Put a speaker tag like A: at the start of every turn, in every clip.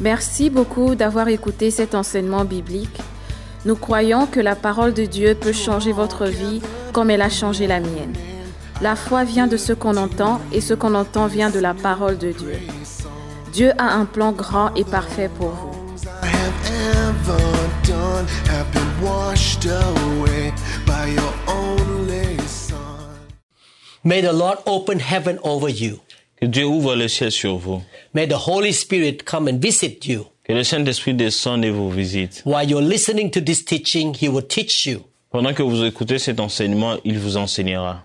A: Merci beaucoup d'avoir écouté cet enseignement biblique. Nous croyons que la parole de Dieu peut changer votre vie comme elle a changé la mienne. La foi vient de ce qu'on entend et ce qu'on entend vient de la parole de Dieu. Dieu a un plan grand et parfait pour vous.
B: May the Lord open heaven over you.
C: Que Dieu ouvre le ciel sur vous.
B: May the Holy Spirit come and visit you.
C: Que le Saint-Esprit descende et vous visite.
B: While you're listening to this teaching, He will teach you.
C: Pendant que vous écoutez cet enseignement, il vous enseignera.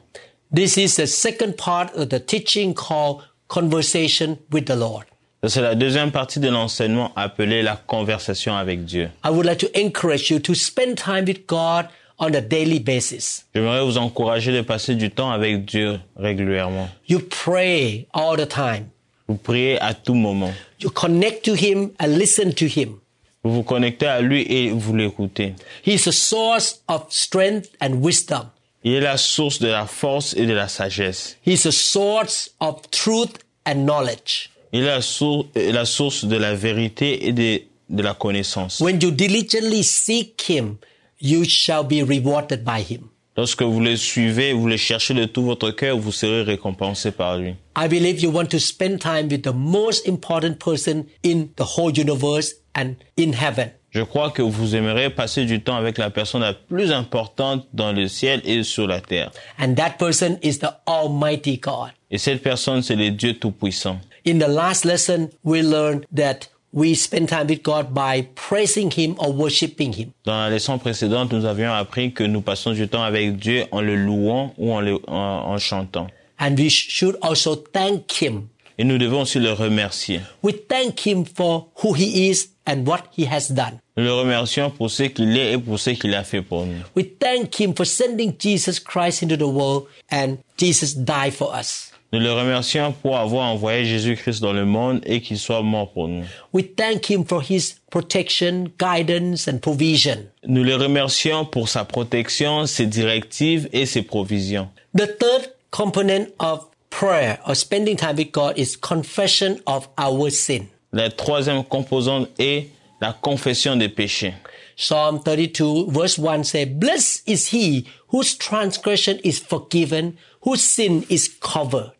B: This is the second part of the teaching called Conversation with the Lord.
C: Ça, C'est la deuxième partie de l'enseignement appelée la conversation avec Dieu.
B: I would like to encourage you to spend time with God on a daily basis.
C: J'aimerais vous encourager de passer du temps avec Dieu régulièrement.
B: You pray all the time.
C: Vous priez à tout moment.
B: You connect to Him and listen to Him.
C: Vous vous connectez à lui et vous l'écoutez.
B: He is a source of strength and wisdom.
C: Il est la source de la force et de la sagesse.
B: He is a source of truth and knowledge.
C: Il est la, sour- euh, la source de la vérité et de, de la connaissance.
B: When you diligently seek Him, you shall be rewarded by Him.
C: Lorsque vous le suivez, vous le cherchez de tout votre cœur, vous serez récompensé par lui.
B: I believe you want to spend time with the most important person in the whole universe and in heaven.
C: Je crois que vous aimerez passer du temps avec la personne la plus importante dans le ciel et sur la terre.
B: And that person is the Almighty God.
C: Et cette personne, c'est le Dieu Tout-Puissant.
B: In the last lesson, we learned that we spend time with God by praising Him or worshiping Him.
C: Dans la leçon précédente, nous avions appris que nous passons du temps avec Dieu en le louant ou en, le, en, en chantant.
B: And we sh- should also thank Him.
C: Et nous devons aussi le remercier.
B: We thank Him for who He is and what He has done.
C: Nous le remercions pour ce qu'il est et pour ce qu'il a fait pour nous.
B: We thank Him for sending Jesus Christ into the world and Jesus died for us.
C: Nous le remercions pour avoir envoyé Jésus-Christ dans le monde et qu'il soit mort pour nous.
B: We thank Him for His protection, guidance, and provision.
C: Nous le remercions pour sa protection, ses directives et ses provisions.
B: The third component of prayer or spending time with God is confession of our sin.
C: La troisième composante est la confession des péchés.
B: Psalm 32 verse 1 says, Blessed is he whose transgression is forgiven, whose sin is covered.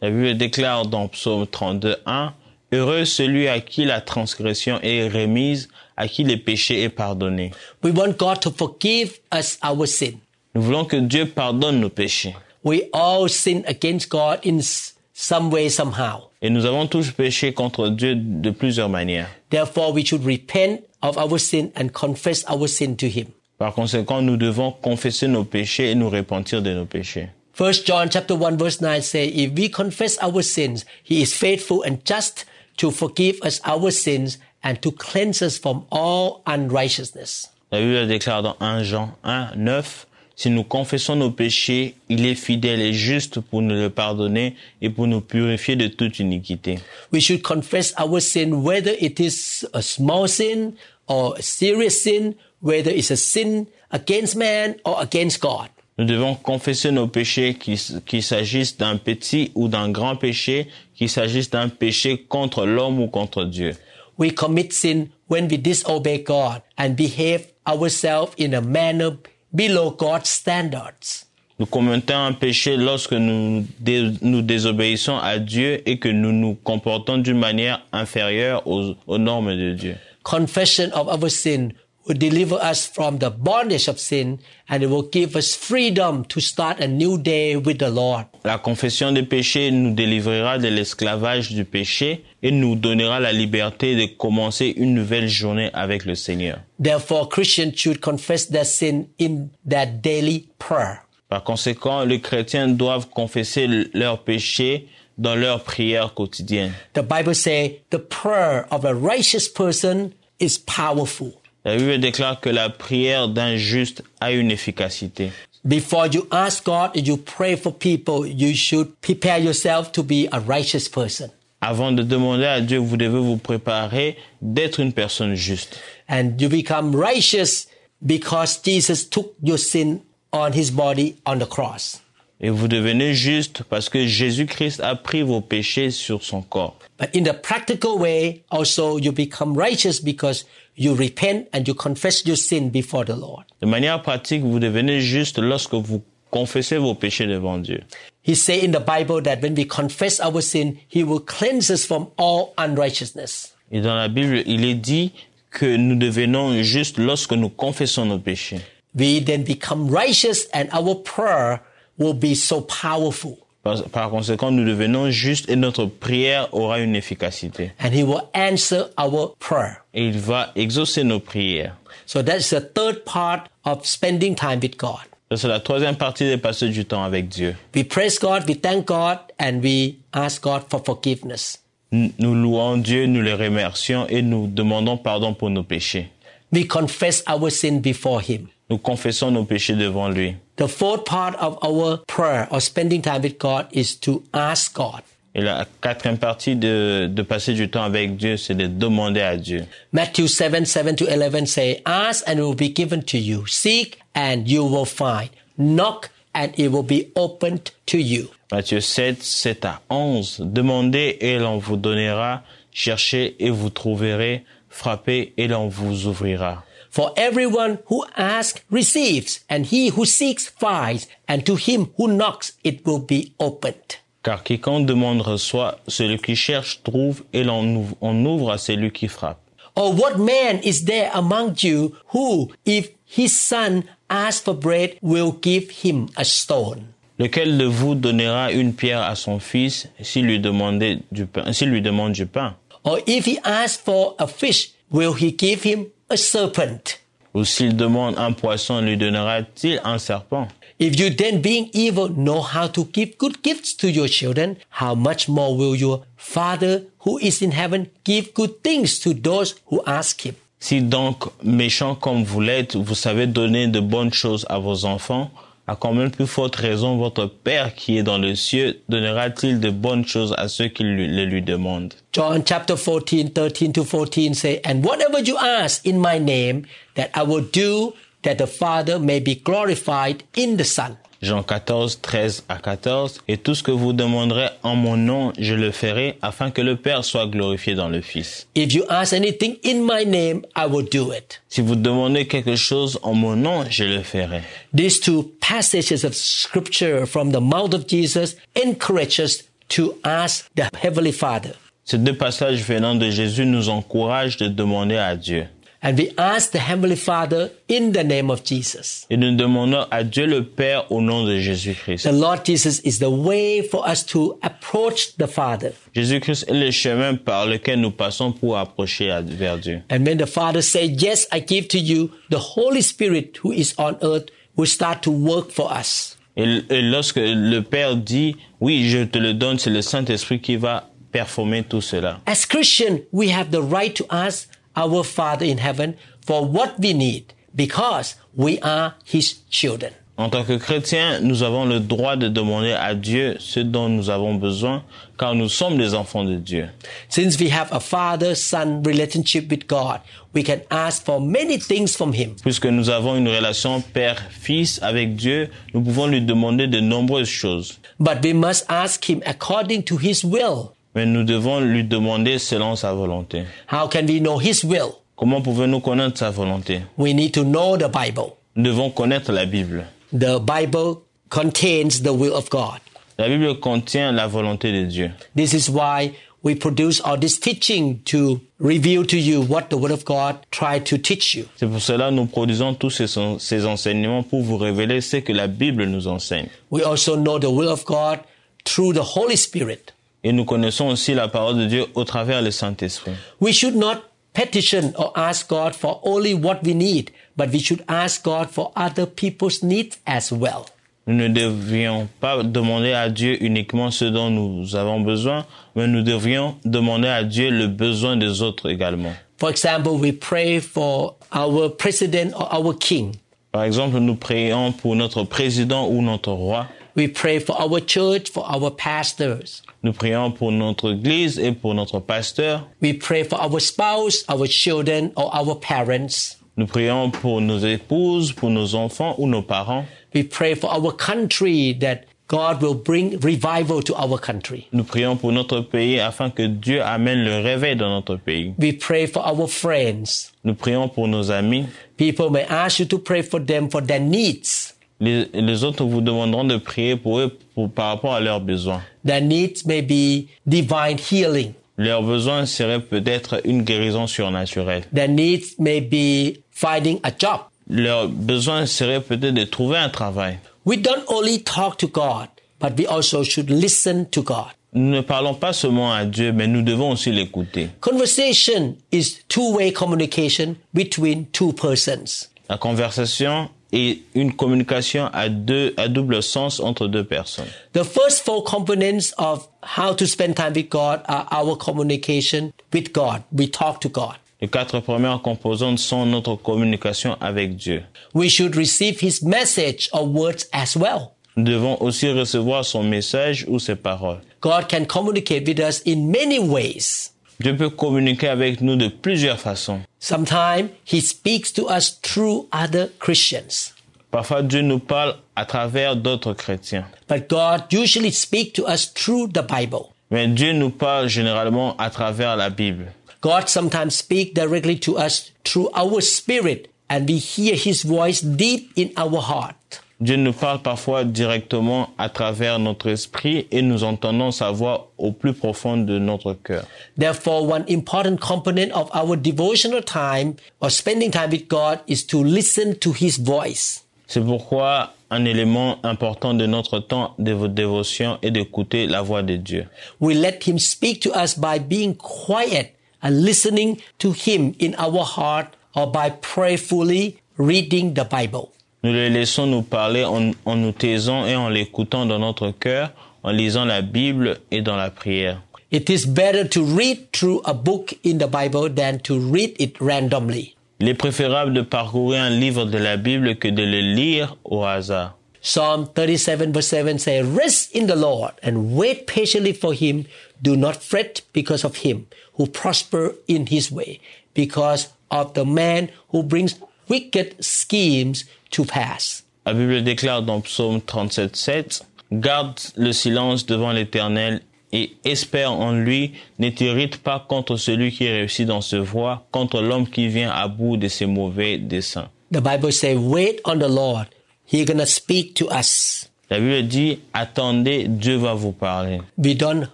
C: La Bible déclare dans Psaume 32.1, Heureux celui à qui la transgression est remise, à qui le péché est pardonné.
B: We want God to forgive us our sin.
C: Nous voulons que Dieu pardonne nos péchés.
B: We all sin against God in s- some way, somehow.
C: Et nous avons tous péché contre Dieu de plusieurs manières.
B: Therefore, we should repent of our sin and confess our sin to him.
C: Par conséquent, nous devons confesser nos péchés et nous repentir de nos péchés.
B: First John chapter 1 verse 9 say, if we confess our sins, he is faithful and just to forgive us our sins and to cleanse us from all unrighteousness.
C: La Bible déclare dans 1 Jean 1, 9, Si nous confessons nos péchés, il est fidèle et juste pour nous le pardonner et pour nous purifier de toute iniquité.
B: We should confess our sin, whether it is a small sin or a serious sin, whether it's a sin against man or against God.
C: Nous devons confesser nos péchés, qu'il qu'il s'agisse d'un petit ou d'un grand péché, qu'il s'agisse d'un péché contre l'homme ou contre Dieu.
B: We commit sin when we disobey God and behave ourselves in a manner below God's standards.
C: Nous commettons un péché lorsque nous dé- nous désobéissons à Dieu et que nous nous comportons d'une manière inférieure aux, aux normes de Dieu.
B: Confession of our sin will deliver us from the bondage of sin and it will give us freedom to start a new day with the Lord.
C: La confession des péchés nous délivrera de l'esclavage du péché et nous donnera la liberté de commencer une nouvelle journée avec le Seigneur.
B: Therefore, Christians should confess their sin in their daily prayer.
C: Par conséquent, les chrétiens doivent confesser l- leurs péchés dans leur prière quotidienne.
B: The Bible says the prayer of a righteous person is powerful.
C: La Bible déclare que la prière d'un juste a une efficacité.
B: Before you ask God and you pray for people, you should prepare yourself to be a righteous person.
C: Avant de demander à Dieu, vous devez vous préparer d'être une personne juste.
B: And you become righteous because Jesus took your sin on his body on the cross.
C: Et vous devenez juste parce que Jésus-Christ a pris vos péchés sur son corps.
B: But in the practical way, also you become righteous because you repent and you confess your sin before the Lord.
C: De manière pratique, vous devenez juste lorsque vous confessez vos péchés devant Dieu.
B: He say in the Bible that when we confess our sin, He will cleanse us from all unrighteousness.
C: Et dans la Bible, il est dit que nous devenons justes lorsque nous confessons nos péchés.
B: We then become righteous and our prayer will be so powerful.
C: Par, par conséquent, nous devenons justes et notre prière aura une efficacité.
B: And He will answer our prayer.
C: Et il va exaucer nos prières.
B: So that's the third part of spending time with God.
C: Ça, C'est la troisième partie de passer du temps avec Dieu.
B: We praise God, we thank God, and we ask God for forgiveness.
C: Nous nous louons Dieu, nous le remercions et nous demandons pardon pour nos péchés.
B: We confess our sin before Him.
C: Nous confessons nos péchés devant lui.
B: The fourth part of our prayer or spending time with God is to ask God.
C: Et la quatrième partie de, de passer du temps avec Dieu, c'est de demander à Dieu.
B: Matthew 7, 7 to 11 say, Ask and it will be given to you. Seek and you will find. Knock and it will be opened to you.
C: Matthieu 7, 7 à 11. Demandez et l'on vous donnera. Cherchez et vous trouverez. Frappez et l'on vous ouvrira.
B: For everyone who asks receives, and he who seeks finds, and to him who knocks it will be opened.
C: Car quiconque demande reçoit, celui qui cherche trouve et l'on ouvre, on ouvre à celui qui frappe.
B: Or what man is there among you who, if his son asks for bread, will give him a stone?
C: Lequel de vous donnera une pierre à son fils s'il lui, demandait du pain, s'il lui demande du pain
B: Or if he asks for a fish, will he give him a serpent?
C: Ou s'il demande un poisson, lui donnera-t-il un serpent
B: If you then, being evil, know how to give good gifts to your children, how much more will your Father who is in heaven give good things to those who ask him?
C: Si donc, méchant comme vous l'êtes, vous savez donner de bonnes choses à vos enfants, à combien plus forte raison votre Père qui est dans le ciel donnera-t-il de bonnes choses à ceux qui lui- le lui demandent
B: John chapter 14, 13 to 14 say, And whatever you ask in my name, that I will do, that the Father may be glorified in the Son.
C: Jean 14, 13 à 14, et tout ce que vous demanderez en mon nom, je le ferai, afin que le Père soit glorifié dans le Fils.
B: If you ask anything in my name, I will do it.
C: Si vous demandez quelque chose en mon nom, je le ferai.
B: These two passages of scripture from the mouth of Jesus encourage us to ask the Heavenly Father.
C: Ces deux passages venant de Jésus nous encouragent de demander à Dieu.
B: And we ask the Heavenly Father in the name of Jesus.
C: Et nous demandons à Dieu le Père au nom de Jésus-Christ.
B: The Lord Jesus is the way for us to approach the Father.
C: Jésus-Christ est le chemin par lequel nous passons pour approcher à- vers Dieu.
B: And when the Father says, Yes, I give to you, the Holy Spirit who is on earth will start to work for us.
C: Et, et lorsque le Père dit, oui, je te le donne, c'est le Saint-Esprit qui va performer tout cela.
B: As Christian, we have the right to ask our Father in heaven for what we need because we are His children.
C: En tant que chrétiens, nous avons le droit de demander à Dieu ce dont nous avons besoin, car nous sommes des enfants de Dieu.
B: Since we have a father-son relationship with God, we can ask for many things from Him.
C: Puisque nous avons une relation père-fils avec Dieu, nous pouvons lui demander de nombreuses choses.
B: But we must ask Him according to His will.
C: Mais nous devons lui demander selon sa volonté.
B: How can we know His will?
C: Comment pouvons-nous connaître sa volonté
B: We need to know the Bible.
C: Nous devons connaître la Bible.
B: The Bible contains the will of God.
C: La Bible contient la volonté de Dieu.
B: This is why we produce all this teaching to reveal to you what the Word of God tried to teach you.
C: C'est pour cela que nous produisons tous ces, ces enseignements pour vous révéler ce que la Bible nous enseigne.
B: We also know the will of God through the Holy Spirit.
C: Et nous connaissons aussi la parole de Dieu au travers le Saint-Esprit.
B: We should not petition or ask God for only what we need, but we should ask God for other people's needs as well.
C: Nous ne devrions pas demander à Dieu uniquement ce dont nous avons besoin, mais nous devrions demander à Dieu le besoin des autres également.
B: For example, we pray for our president or our king.
C: Par exemple, nous prions pour notre président ou notre roi.
B: We pray for our church, for our pastors.
C: Nous prions pour notre église et pour notre pasteur.
B: We pray for our spouse, our children, or our parents.
C: Nous prions pour nos épouses, pour nos enfants ou nos parents.
B: We pray for our country that God will bring revival to our country.
C: Nous prions pour notre pays afin que Dieu amène le réveil dans notre pays.
B: We pray for our friends.
C: Nous prions pour nos amis.
B: People may ask you to pray for them for their needs.
C: Les, les autres vous demanderont de prier pour eux pour- par rapport à leurs besoins.
B: Their needs may be divine healing.
C: Leurs besoins seraient peut-être une guérison surnaturelle.
B: Their needs may be finding a job.
C: Leurs besoins seraient peut-être de trouver un travail.
B: We don't only talk to God, but we also should listen to God.
C: Nous ne parlons pas seulement à Dieu, mais nous devons aussi l'écouter.
B: Conversation is two-way communication between two persons.
C: La conversation est une communication à deux, à double sens entre deux personnes.
B: The first four components of how to spend time with God are our communication with God. We talk to God.
C: Les quatre premières composantes sont notre communication avec Dieu.
B: We should receive his message or words as well.
C: Nous devons aussi recevoir son message ou ses paroles.
B: God can communicate with us in many ways.
C: Dieu peut communiquer avec nous de plusieurs façons.
B: Sometimes he speaks to us through other Christians,
C: Parfois, Dieu nous parle à travers d'autres chrétiens.
B: but God usually speaks to us through the Bible.
C: Mais Dieu nous parle généralement à travers la Bible.
B: God sometimes speaks directly to us through our spirit and we hear his voice deep in our heart.
C: Dieu nous parle parfois directement à travers notre esprit et nous entendons sa voix au plus profond de notre cœur.
B: Therefore, one important component of our devotional time or spending time with God is to listen to His voice.
C: C'est pourquoi un élément important de notre temps de votre dévotion est d'écouter la voix de Dieu.
B: We let Him speak to us by being quiet and listening to Him in our heart or by prayerfully reading the Bible.
C: Nous le laissons nous parler en, en nous taisant et en l'écoutant dans notre cœur, en lisant la Bible et dans la prière.
B: It is better to read through a book in the Bible than to read it randomly.
C: Il est préférable de parcourir un livre de la Bible que de le lire au hasard.
B: Psalm 37 verse 7 says, Rest in the Lord and wait patiently for him. Do not fret because of him who prosper in his way, because of the man who brings wicked schemes to pass.
C: La Bible déclare dans Psaume 37,7 Garde le silence devant l'Éternel et espère en lui, ne t'irrite pas contre celui qui réussit dans ce voie, contre l'homme qui vient à bout de ses mauvais desseins.
B: The Bible says, Wait on the Lord. He's gonna speak to us.
C: La Bible dit Attendez, Dieu va vous parler.
B: We don't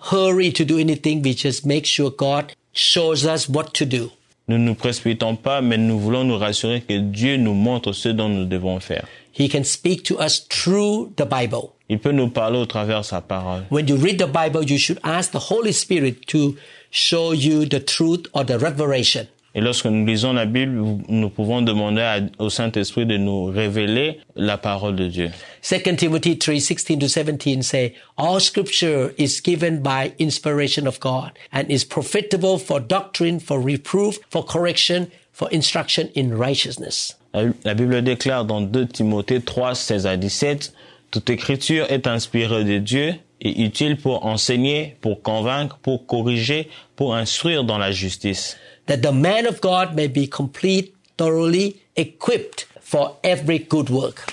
B: hurry to do anything. We just make sure God shows us what to do.
C: Nous ne nous précipitons pas, mais nous voulons nous rassurer que Dieu nous montre ce dont nous devons faire.
B: He can speak to us through the Bible.
C: Il peut nous parler au travers de sa parole.
B: When you read the Bible, you should ask the Holy Spirit to show you the truth or the revelation.
C: Et lorsque nous lisons la Bible, nous pouvons demander à- au Saint-Esprit de nous révéler la parole de Dieu.
B: 2 Timothy 3, 16 to 17 say, All scripture is given by inspiration of God and is profitable for doctrine, for reproof, for correction, for instruction in righteousness.
C: La la Bible déclare dans 2 Timothée 3, 16 à 17, Toute écriture est inspirée de Dieu et utile pour enseigner, pour convaincre, pour corriger, pour instruire dans la justice.
B: That the man of God may be complete, thoroughly equipped for every good work.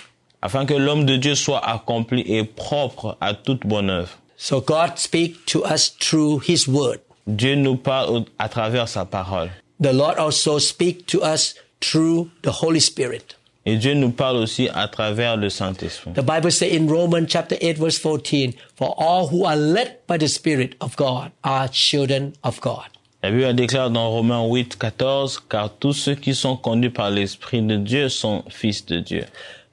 C: afin que l'homme de Dieu soit accompli et propre à toute bonne œuvre.
B: So God speaks to us through his word.
C: Dieu nous parle au- à travers sa parole.
B: The Lord also speaks to us through the Holy Spirit.
C: Et Dieu nous parle aussi à travers le Saint-Esprit.
B: The Bible says in Romans chapter 8 verse 14, for all who are led by the Spirit of God are children of God.
C: La Bible déclare dans Romains 8, 14, car tous ceux qui sont conduits par l'Esprit de Dieu sont fils de Dieu.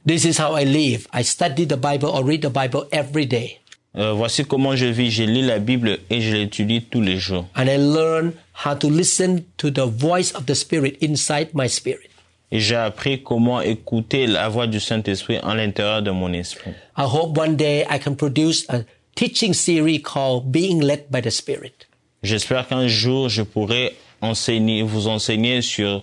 B: This is how I live. I study the Bible or read the Bible every day.
C: Euh, voici comment je vis. Je lis la Bible et je l'étudie tous les jours.
B: And I learn how to listen to the voice of the Spirit inside my spirit.
C: Et j'ai appris comment écouter la voix du Saint-Esprit en l'intérieur de mon esprit.
B: I hope one day I can produce a teaching series called Being Led by the Spirit.
C: J'espère qu'un jour je pourrai enseigner, vous enseigner sur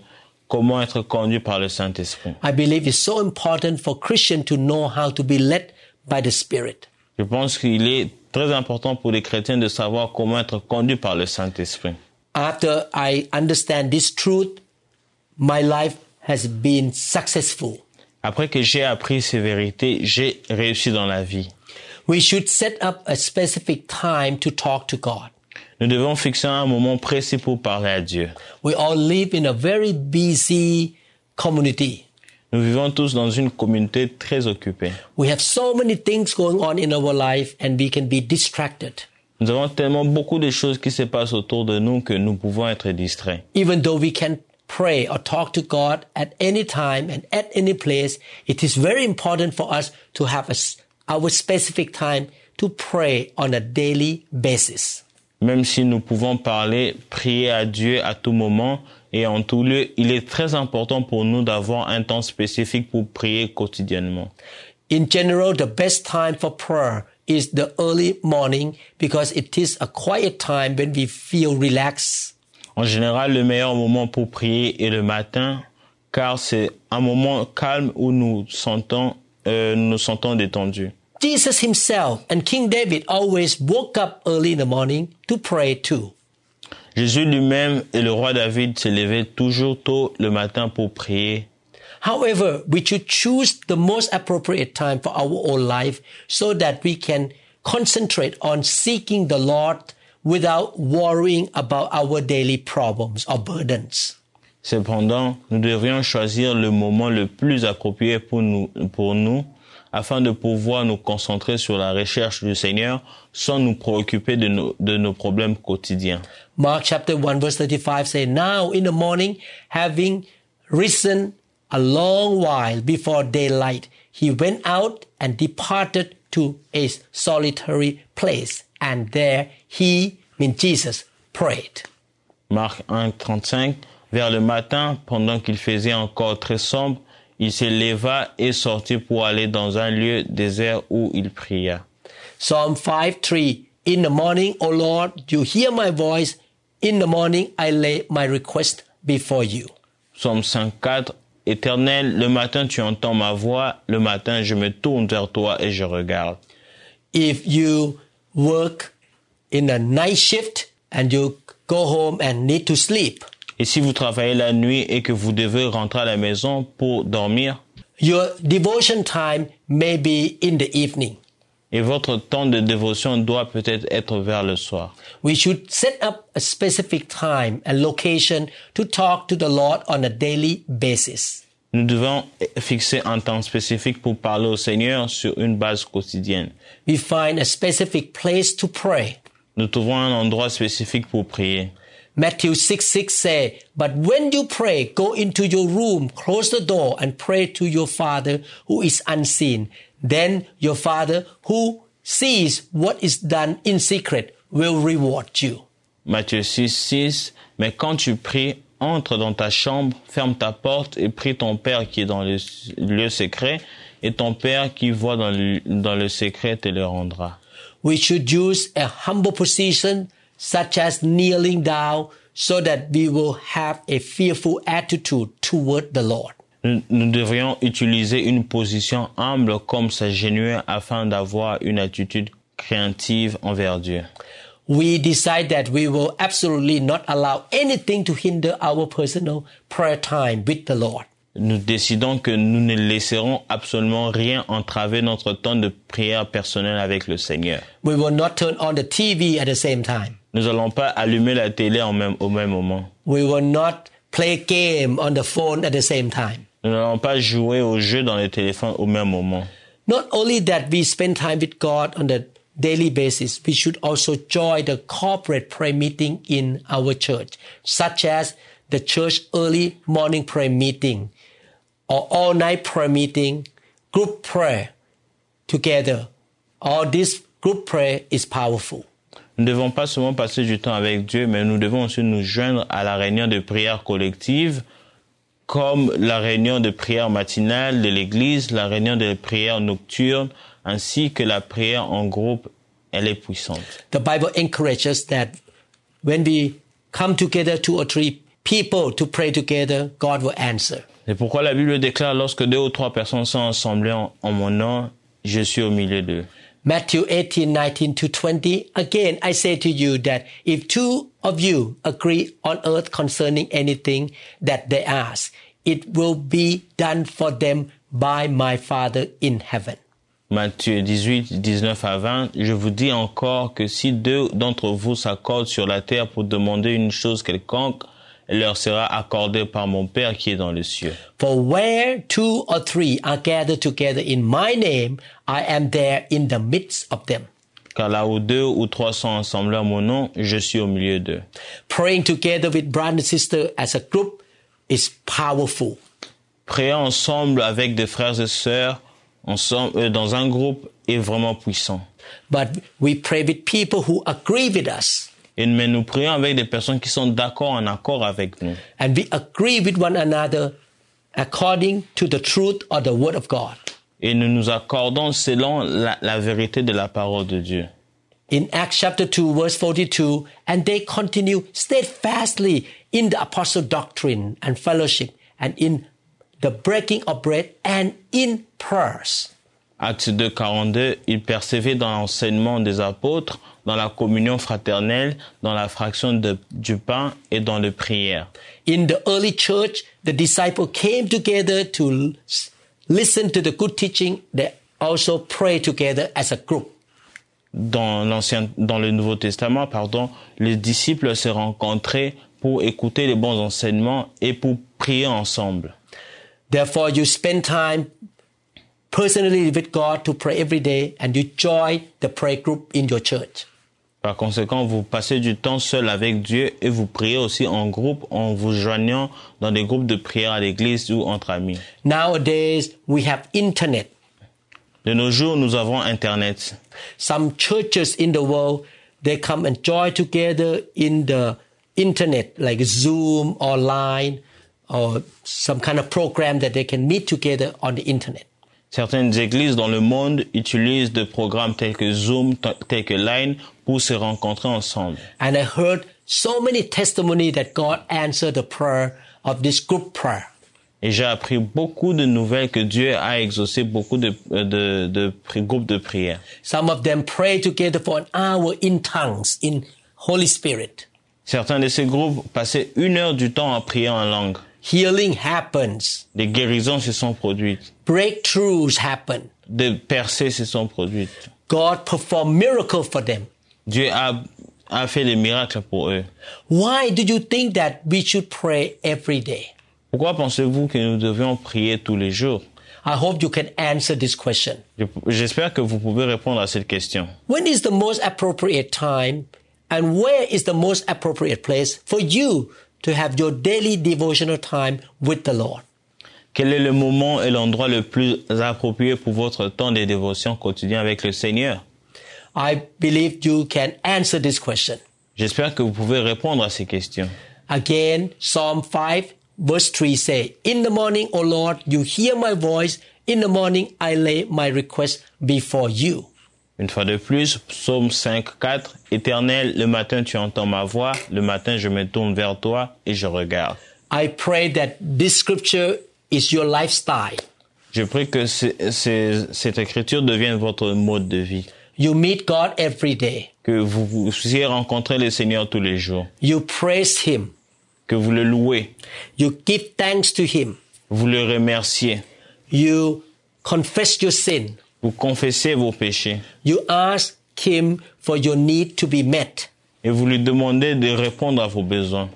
C: comment être conduit par le Saint-Esprit.
B: I believe it's so important for Christian to know how to be led by the Spirit.
C: Je pense qu'il est très important pour les chrétiens de savoir comment être conduit par le Saint-Esprit.
B: after I understand this truth, my life has been successful.
C: Après que j'ai appris ces vérités, j'ai réussi dans la vie.
B: We should set up a specific time to talk to God.
C: Nous devons fixer un moment précis pour parler à Dieu.
B: We all live in a very busy community.
C: Nous vivons tous dans une communauté très occupée.
B: We have so many things going on in our life and we can be distracted.
C: Nous avons tellement beaucoup de choses qui se passent autour de nous que nous pouvons être distraits.
B: Even though we can pray or talk to God at any time and at any place, it is very important for us to have a s our specific time to pray on a daily basis.
C: Même si nous pouvons parler, prier à Dieu à tout moment et en tout lieu, il est très important pour nous d'avoir un temps spécifique pour prier quotidiennement.
B: In general, the best time for prayer is the early morning because it is a quiet time when we feel relaxed.
C: En général, le meilleur moment pour prier est le matin, car c'est un moment calme où nous sentons, euh, nous nous sentons détendus.
B: Jesus himself and King David always woke up early in the morning to pray too.
C: Jésus lui-même et le roi David se levaient toujours tôt le matin pour prier.
B: However, we should choose the most appropriate time for our own life so that we can concentrate on seeking the Lord without worrying about our daily problems or burdens.
C: Cependant, nous devrions choisir le moment le plus approprié pour nous, pour nous, afin de pouvoir nous concentrer sur la recherche du Seigneur sans nous préoccuper de nos, de nos problèmes quotidiens.
B: Mark chapter 1 verse 35 say, Now in the morning, having risen a long while before daylight, he went out and departed to a solitary place. And there he, mean Jesus, prayed.
C: Marc 1, 35. Vers le matin, pendant qu'il faisait encore très sombre, il se leva et sortit pour aller dans un lieu désert où il pria.
B: Psalm 5, 3. In the morning, O Lord, you hear my voice. In the morning, I lay my request before you.
C: Psaume 54. Éternel, le matin tu entends ma voix, le matin je me tourne vers toi et je regarde.
B: If you work in a night shift and you go home and need to sleep,
C: Et si vous travaillez la nuit et que vous devez rentrer à la maison pour dormir,
B: your devotion time may be in the evening.
C: et votre temps de dévotion doit peut-être être vers le soir.
B: We should set up a specific time and location to talk to the Lord on a daily basis.
C: Nous devons fixer un temps spécifique pour parler au Seigneur sur une base quotidienne.
B: We find a specific place to pray.
C: Nous trouvons un endroit spécifique pour prier.
B: Matthew 6 6 say, But when you pray, go into your room, close the door, and pray to your Father who is unseen. Then your Father who sees what is done in secret will reward you.
C: Matthieu 6, 6. Mais quand tu pries, entre dans ta chambre, ferme ta porte et prie ton Père qui est dans le lieu secret, et ton Père qui voit dans le, dans le secret te le rendra.
B: We should use a humble position such as kneeling down so that we will have a fearful attitude toward the Lord.
C: Nous, nous devrions utiliser une position humble comme s'agenouiller afin d'avoir une attitude créative envers Dieu.
B: We decide that we will absolutely not allow anything to hinder our personal prayer time with the Lord.
C: Nous décidons que nous ne laisserons absolument rien entraver notre temps de prière personnelle avec le Seigneur.
B: We will not turn on the TV at the same time.
C: Nous allons pas allumer la télé en même, au même moment.
B: We will not play game on the phone at the same time.
C: Nous n'allons pas jouer au jeu dans les téléphones au même moment.
B: Not only that we spend time with God on a daily basis, we should also join the corporate prayer meeting in our church, such as the church early morning prayer meeting or all night prayer meeting, group prayer together. All this group prayer is powerful.
C: Nous ne devons pas seulement passer du temps avec Dieu, mais nous devons aussi nous joindre à la réunion de prière collective, comme la réunion de prière matinale de l'Église, la réunion de prière nocturne, ainsi que la prière en groupe. Elle est puissante.
B: The Bible encourages that when we come together, two or three people to pray together, God will answer.
C: C'est pourquoi la Bible déclare lorsque deux ou trois personnes sont assemblées en, en mon nom, je suis au milieu d'eux.
B: Matthew 18, 19 to 20. Again, I say to you that if two of you agree on earth concerning anything that they ask, it will be done for them by my Father in heaven.
C: Matthieu 18, 19 à 20, je vous dis encore que si deux d'entre vous s'accordent sur la terre pour demander une chose quelconque, elle leur sera accordée par mon Père qui est dans les cieux.
B: For where two or three are gathered together in my name, I am there in the midst of them.
C: Car là où deux ou trois sont ensemble à mon nom, je suis au milieu d'eux.
B: Praying together with brother and sister as a group is powerful.
C: Prier ensemble avec des frères et sœurs, ensemble, euh, dans un groupe, est vraiment puissant.
B: But we pray with people who agree with us
C: Et, mais nous prions avec des personnes qui sont d'accord, en accord avec nous.
B: and we agree with one another according to the truth or the word of God.
C: Et nous nous accordons selon la, la vérité de la parole de Dieu.
B: In Acts chapter 2 verse 42, and they continue steadfastly in the apostle doctrine and fellowship and in the breaking of bread and in prayers.
C: Acte 2, 42, il persévère dans l'enseignement des apôtres, dans la communion fraternelle, dans la fraction de- du pain et dans les prières.
B: In the early church, the disciple came together to l- listen to the good teaching. They also pray together as a group.
C: Dans l'ancien, dans le Nouveau Testament, pardon, les disciples se rencontraient pour écouter les bons enseignements et pour prier ensemble.
B: Therefore, you spend time personally with God to pray every day and you join the prayer group in your church.
C: Par conséquent, vous passez du temps seul avec Dieu et vous priez aussi en groupe en vous joignant dans des groupes de prière à l'église ou entre amis.
B: Nowadays, we have internet.
C: De nos jours, nous avons Internet.
B: Some churches in the world, they come and join together in the internet, like Zoom or Line or some kind of program that they can meet together on the internet.
C: Certaines églises dans le monde utilisent des programmes tels que Zoom, t- tels que Line pour se rencontrer ensemble.
B: And I heard so many testimony that God answered the prayer of this group prayer.
C: Et j'ai appris beaucoup de nouvelles que Dieu a exaucé beaucoup de, euh, de, de pri- groupes de prière.
B: Some of them pray together for an hour in tongues, in Holy Spirit.
C: Certains de ces groupes passaient une heure du temps à prier en langue.
B: Healing happens.
C: Des guérisons se sont produites.
B: Breakthroughs happen.
C: Des percées se sont produites.
B: God performed miracle for them.
C: Dieu a, a fait des miracles pour eux.
B: Why do you think that we should pray every day?
C: Pourquoi pensez-vous que nous devions prier tous les jours
B: I hope you can answer this question.
C: Je- J'espère que vous pouvez répondre à cette question.
B: When is the most appropriate time and where is the most appropriate place for you to have your daily devotional time with the Lord?
C: Quel est le moment et l'endroit le plus approprié pour votre temps de dévotion quotidien avec le Seigneur
B: I believe you can answer this question.
C: J'espère que vous pouvez répondre à ces questions.
B: Again, Psalm 5 verse 3 say, In the morning, O Lord, you hear my voice. In the morning, I lay my request before you.
C: Une fois de plus, psaume 5, 4, Éternel, le matin tu entends ma voix, le matin je me tourne vers toi et je regarde.
B: I pray that this scripture is your lifestyle.
C: Je prie que ce- ce- cette écriture devienne votre mode de vie,
B: You meet God every day.
C: que vous puissiez rencontrer le Seigneur tous les jours,
B: You praise Him.
C: que vous le louez,
B: You give thanks to Him.
C: vous le remerciez,
B: You confess your sin.
C: vous confessez vos péchés
B: You ask Him for your need to be met.
C: et vous lui demandez de répondre à vos besoins.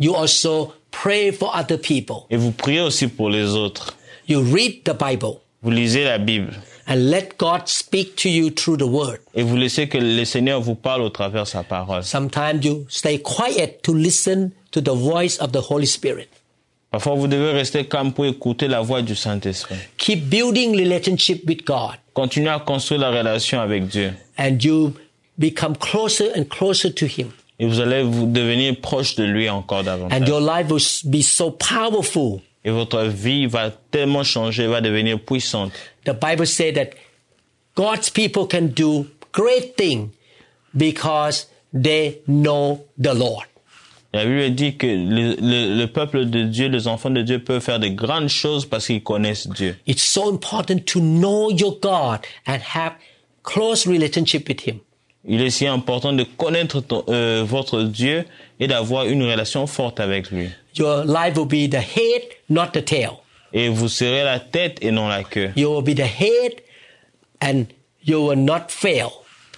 B: You also pray for other people.
C: Et vous priez aussi pour les autres.
B: You read the Bible
C: Vous lisez la Bible
B: and let God speak to you through the Word.
C: et vous laissez que le Seigneur vous parle au travers de sa parole.
B: Sometimes you stay quiet to listen to the voice of the Holy Spirit.
C: Parfois, vous devez rester calme pour écouter la voix du Saint-Esprit.
B: Keep building relationship with God
C: Continuez à construire la relation avec Dieu
B: and you become closer and closer to Him.
C: et vous allez vous devenir proche de lui encore
B: And
C: davantage.
B: your life will s- be so powerful.
C: Et votre vie va tellement changer, va devenir puissante.
B: The Bible says that God's people can do great thing because they know the Lord.
C: La Bible dit que le, le- le peuple de Dieu, les enfants de Dieu peuvent faire de grandes choses parce qu'ils connaissent Dieu.
B: It's so important to know your God and have close relationship with Him.
C: Il est si important de connaître ton- euh, votre Dieu et d'avoir une relation forte avec lui.
B: Your life will be the head, not the tail.
C: et vous serez la tête et non la queue.
B: You will be the head and you will not fail.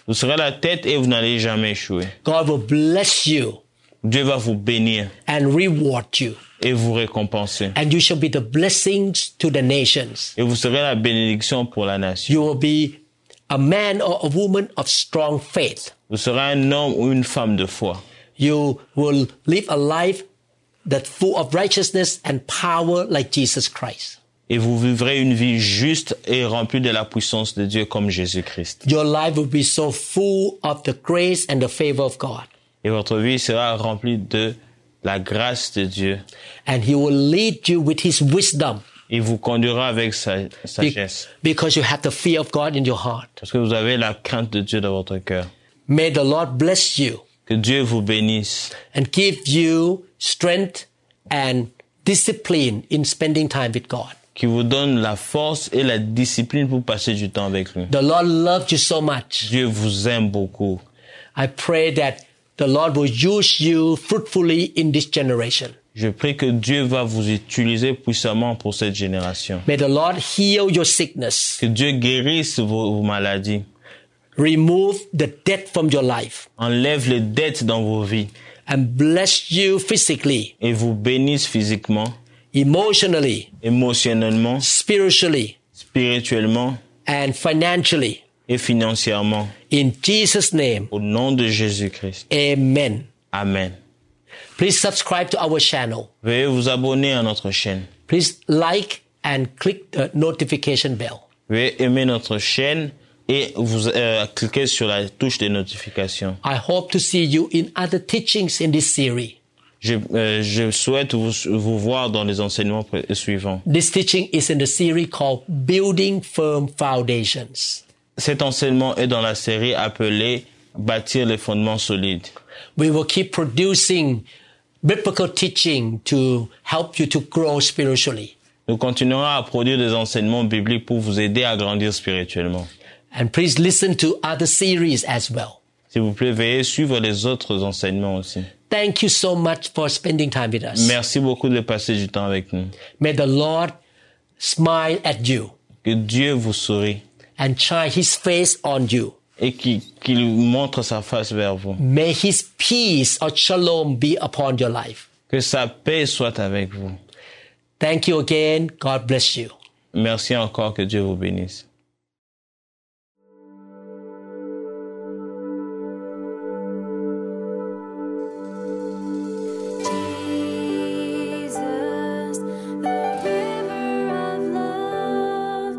C: Vous serez la tête et vous n'allez jamais échouer.
B: God will bless you
C: Dieu va vous bénir
B: and reward you.
C: et vous récompenser.
B: And you shall be the blessings to the nations.
C: Et vous serez la bénédiction pour la nation.
B: You will be a man or a woman of strong faith.
C: Vous serez un homme ou une femme de foi.
B: You will live a life that's full of righteousness and power like Jesus Christ.
C: Et vous vivrez une vie juste et remplie de la puissance de Dieu comme Jésus-Christ.
B: Your life will be so full of the grace and the favor of God.
C: Et votre vie sera remplie de la grâce de Dieu.
B: And He will lead you with His wisdom
C: Il vous conduira avec sa
B: be-
C: sagesse.
B: because you have the fear of God in your heart.
C: Parce que vous avez la crainte de Dieu dans votre cœur.
B: May the Lord bless you
C: Que Dieu vous bénisse
B: and give you strength and discipline in spending time with God.
C: qui vous donne la force et la discipline pour passer du temps avec lui.
B: The Lord loved you so much.
C: Dieu vous aime beaucoup.
B: I pray that the Lord will use you fruitfully in this generation.
C: Je prie que Dieu va vous utiliser puissamment pour cette génération.
B: May the Lord heal your sickness,
C: Que Dieu guérisse vos, vos maladies,
B: remove the debt from your life,
C: enlève les dettes dans vos vies
B: and bless you physically,
C: et vous bénisse physiquement,
B: emotionally,
C: émotionnellement,
B: spiritually,
C: spirituellement
B: and financially.
C: et financièrement.
B: In Jesus' name,
C: Au nom de Jésus-Christ.
B: amen.
C: Amen.
B: Please subscribe to our channel.
C: Veuillez vous abonner à notre chaîne.
B: Please like and click the notification bell.
C: Veuillez aimer notre chaîne et vous euh, cliquez sur la touche des notifications.
B: I hope to see you in other teachings in this series.
C: Je, euh, je souhaite vous, vous voir dans les enseignements pré- suivants.
B: This teaching is in the series called Building Firm Foundations.
C: Cet enseignement est dans la série appelée Bâtir les fondements solides.
B: We will keep producing biblical teaching to help you to grow spiritually.
C: Nous continuerons à produire des enseignements bibliques pour vous aider à grandir spirituellement.
B: And please listen to other series as well.
C: S'il vous plaît, veuillez suivre les autres enseignements aussi.
B: Thank you so much for spending time with us.
C: Merci beaucoup de passer du temps avec nous.
B: May the Lord smile at you
C: Que Dieu vous sourit
B: and shine his face on you.
C: et qu'il qu'il montre sa face vers vous.
B: May his peace or shalom be upon your life.
C: Que sa paix soit avec vous.
B: Thank you again. God bless you.
C: Merci encore, que Dieu vous bénisse.
D: Jesus, the giver of love.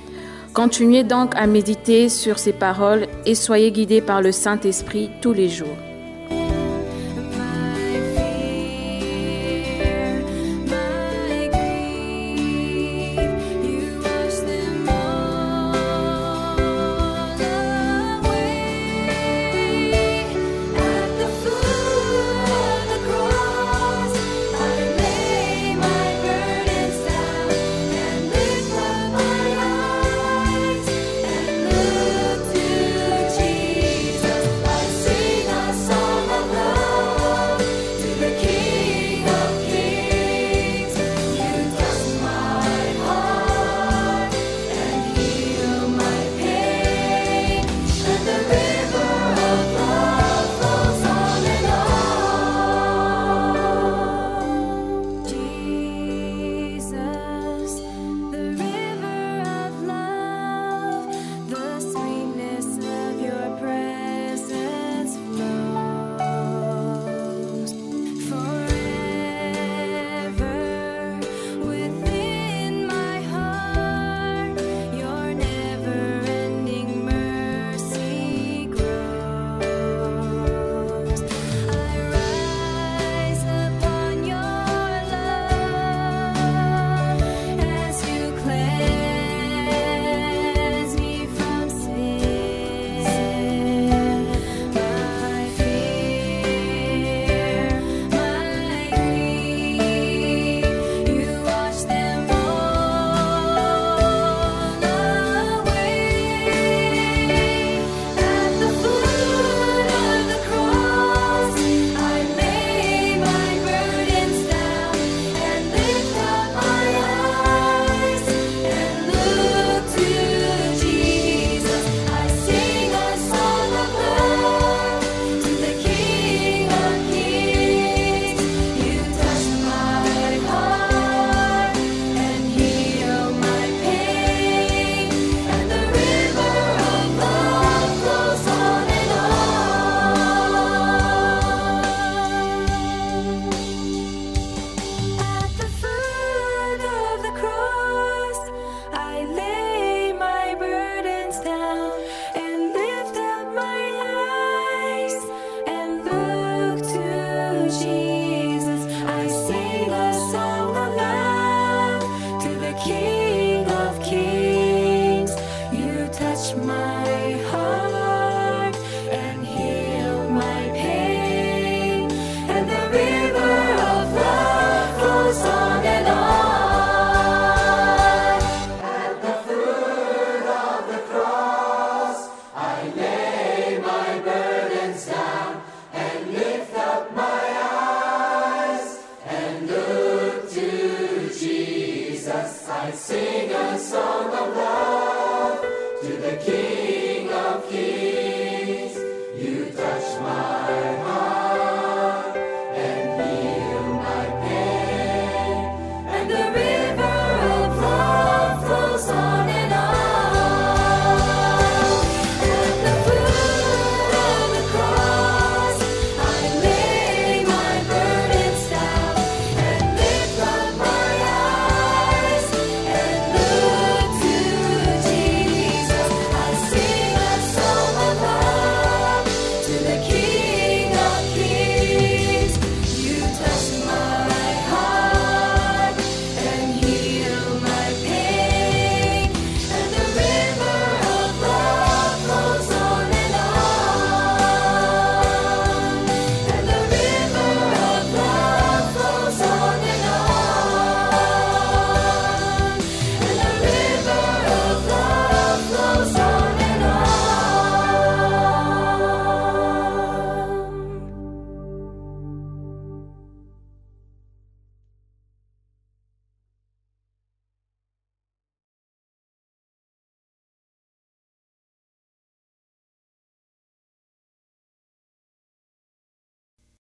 A: Continuez donc à méditer sur ces paroles et soyez guidés par le Saint-Esprit tous les jours.
D: My fear, my grief, you wash them all away. At the foot of the cross, I lay my burdens down and lift up my eyes and look to Jesus. I sing a song.
E: I sing a song of love to the King of Kings.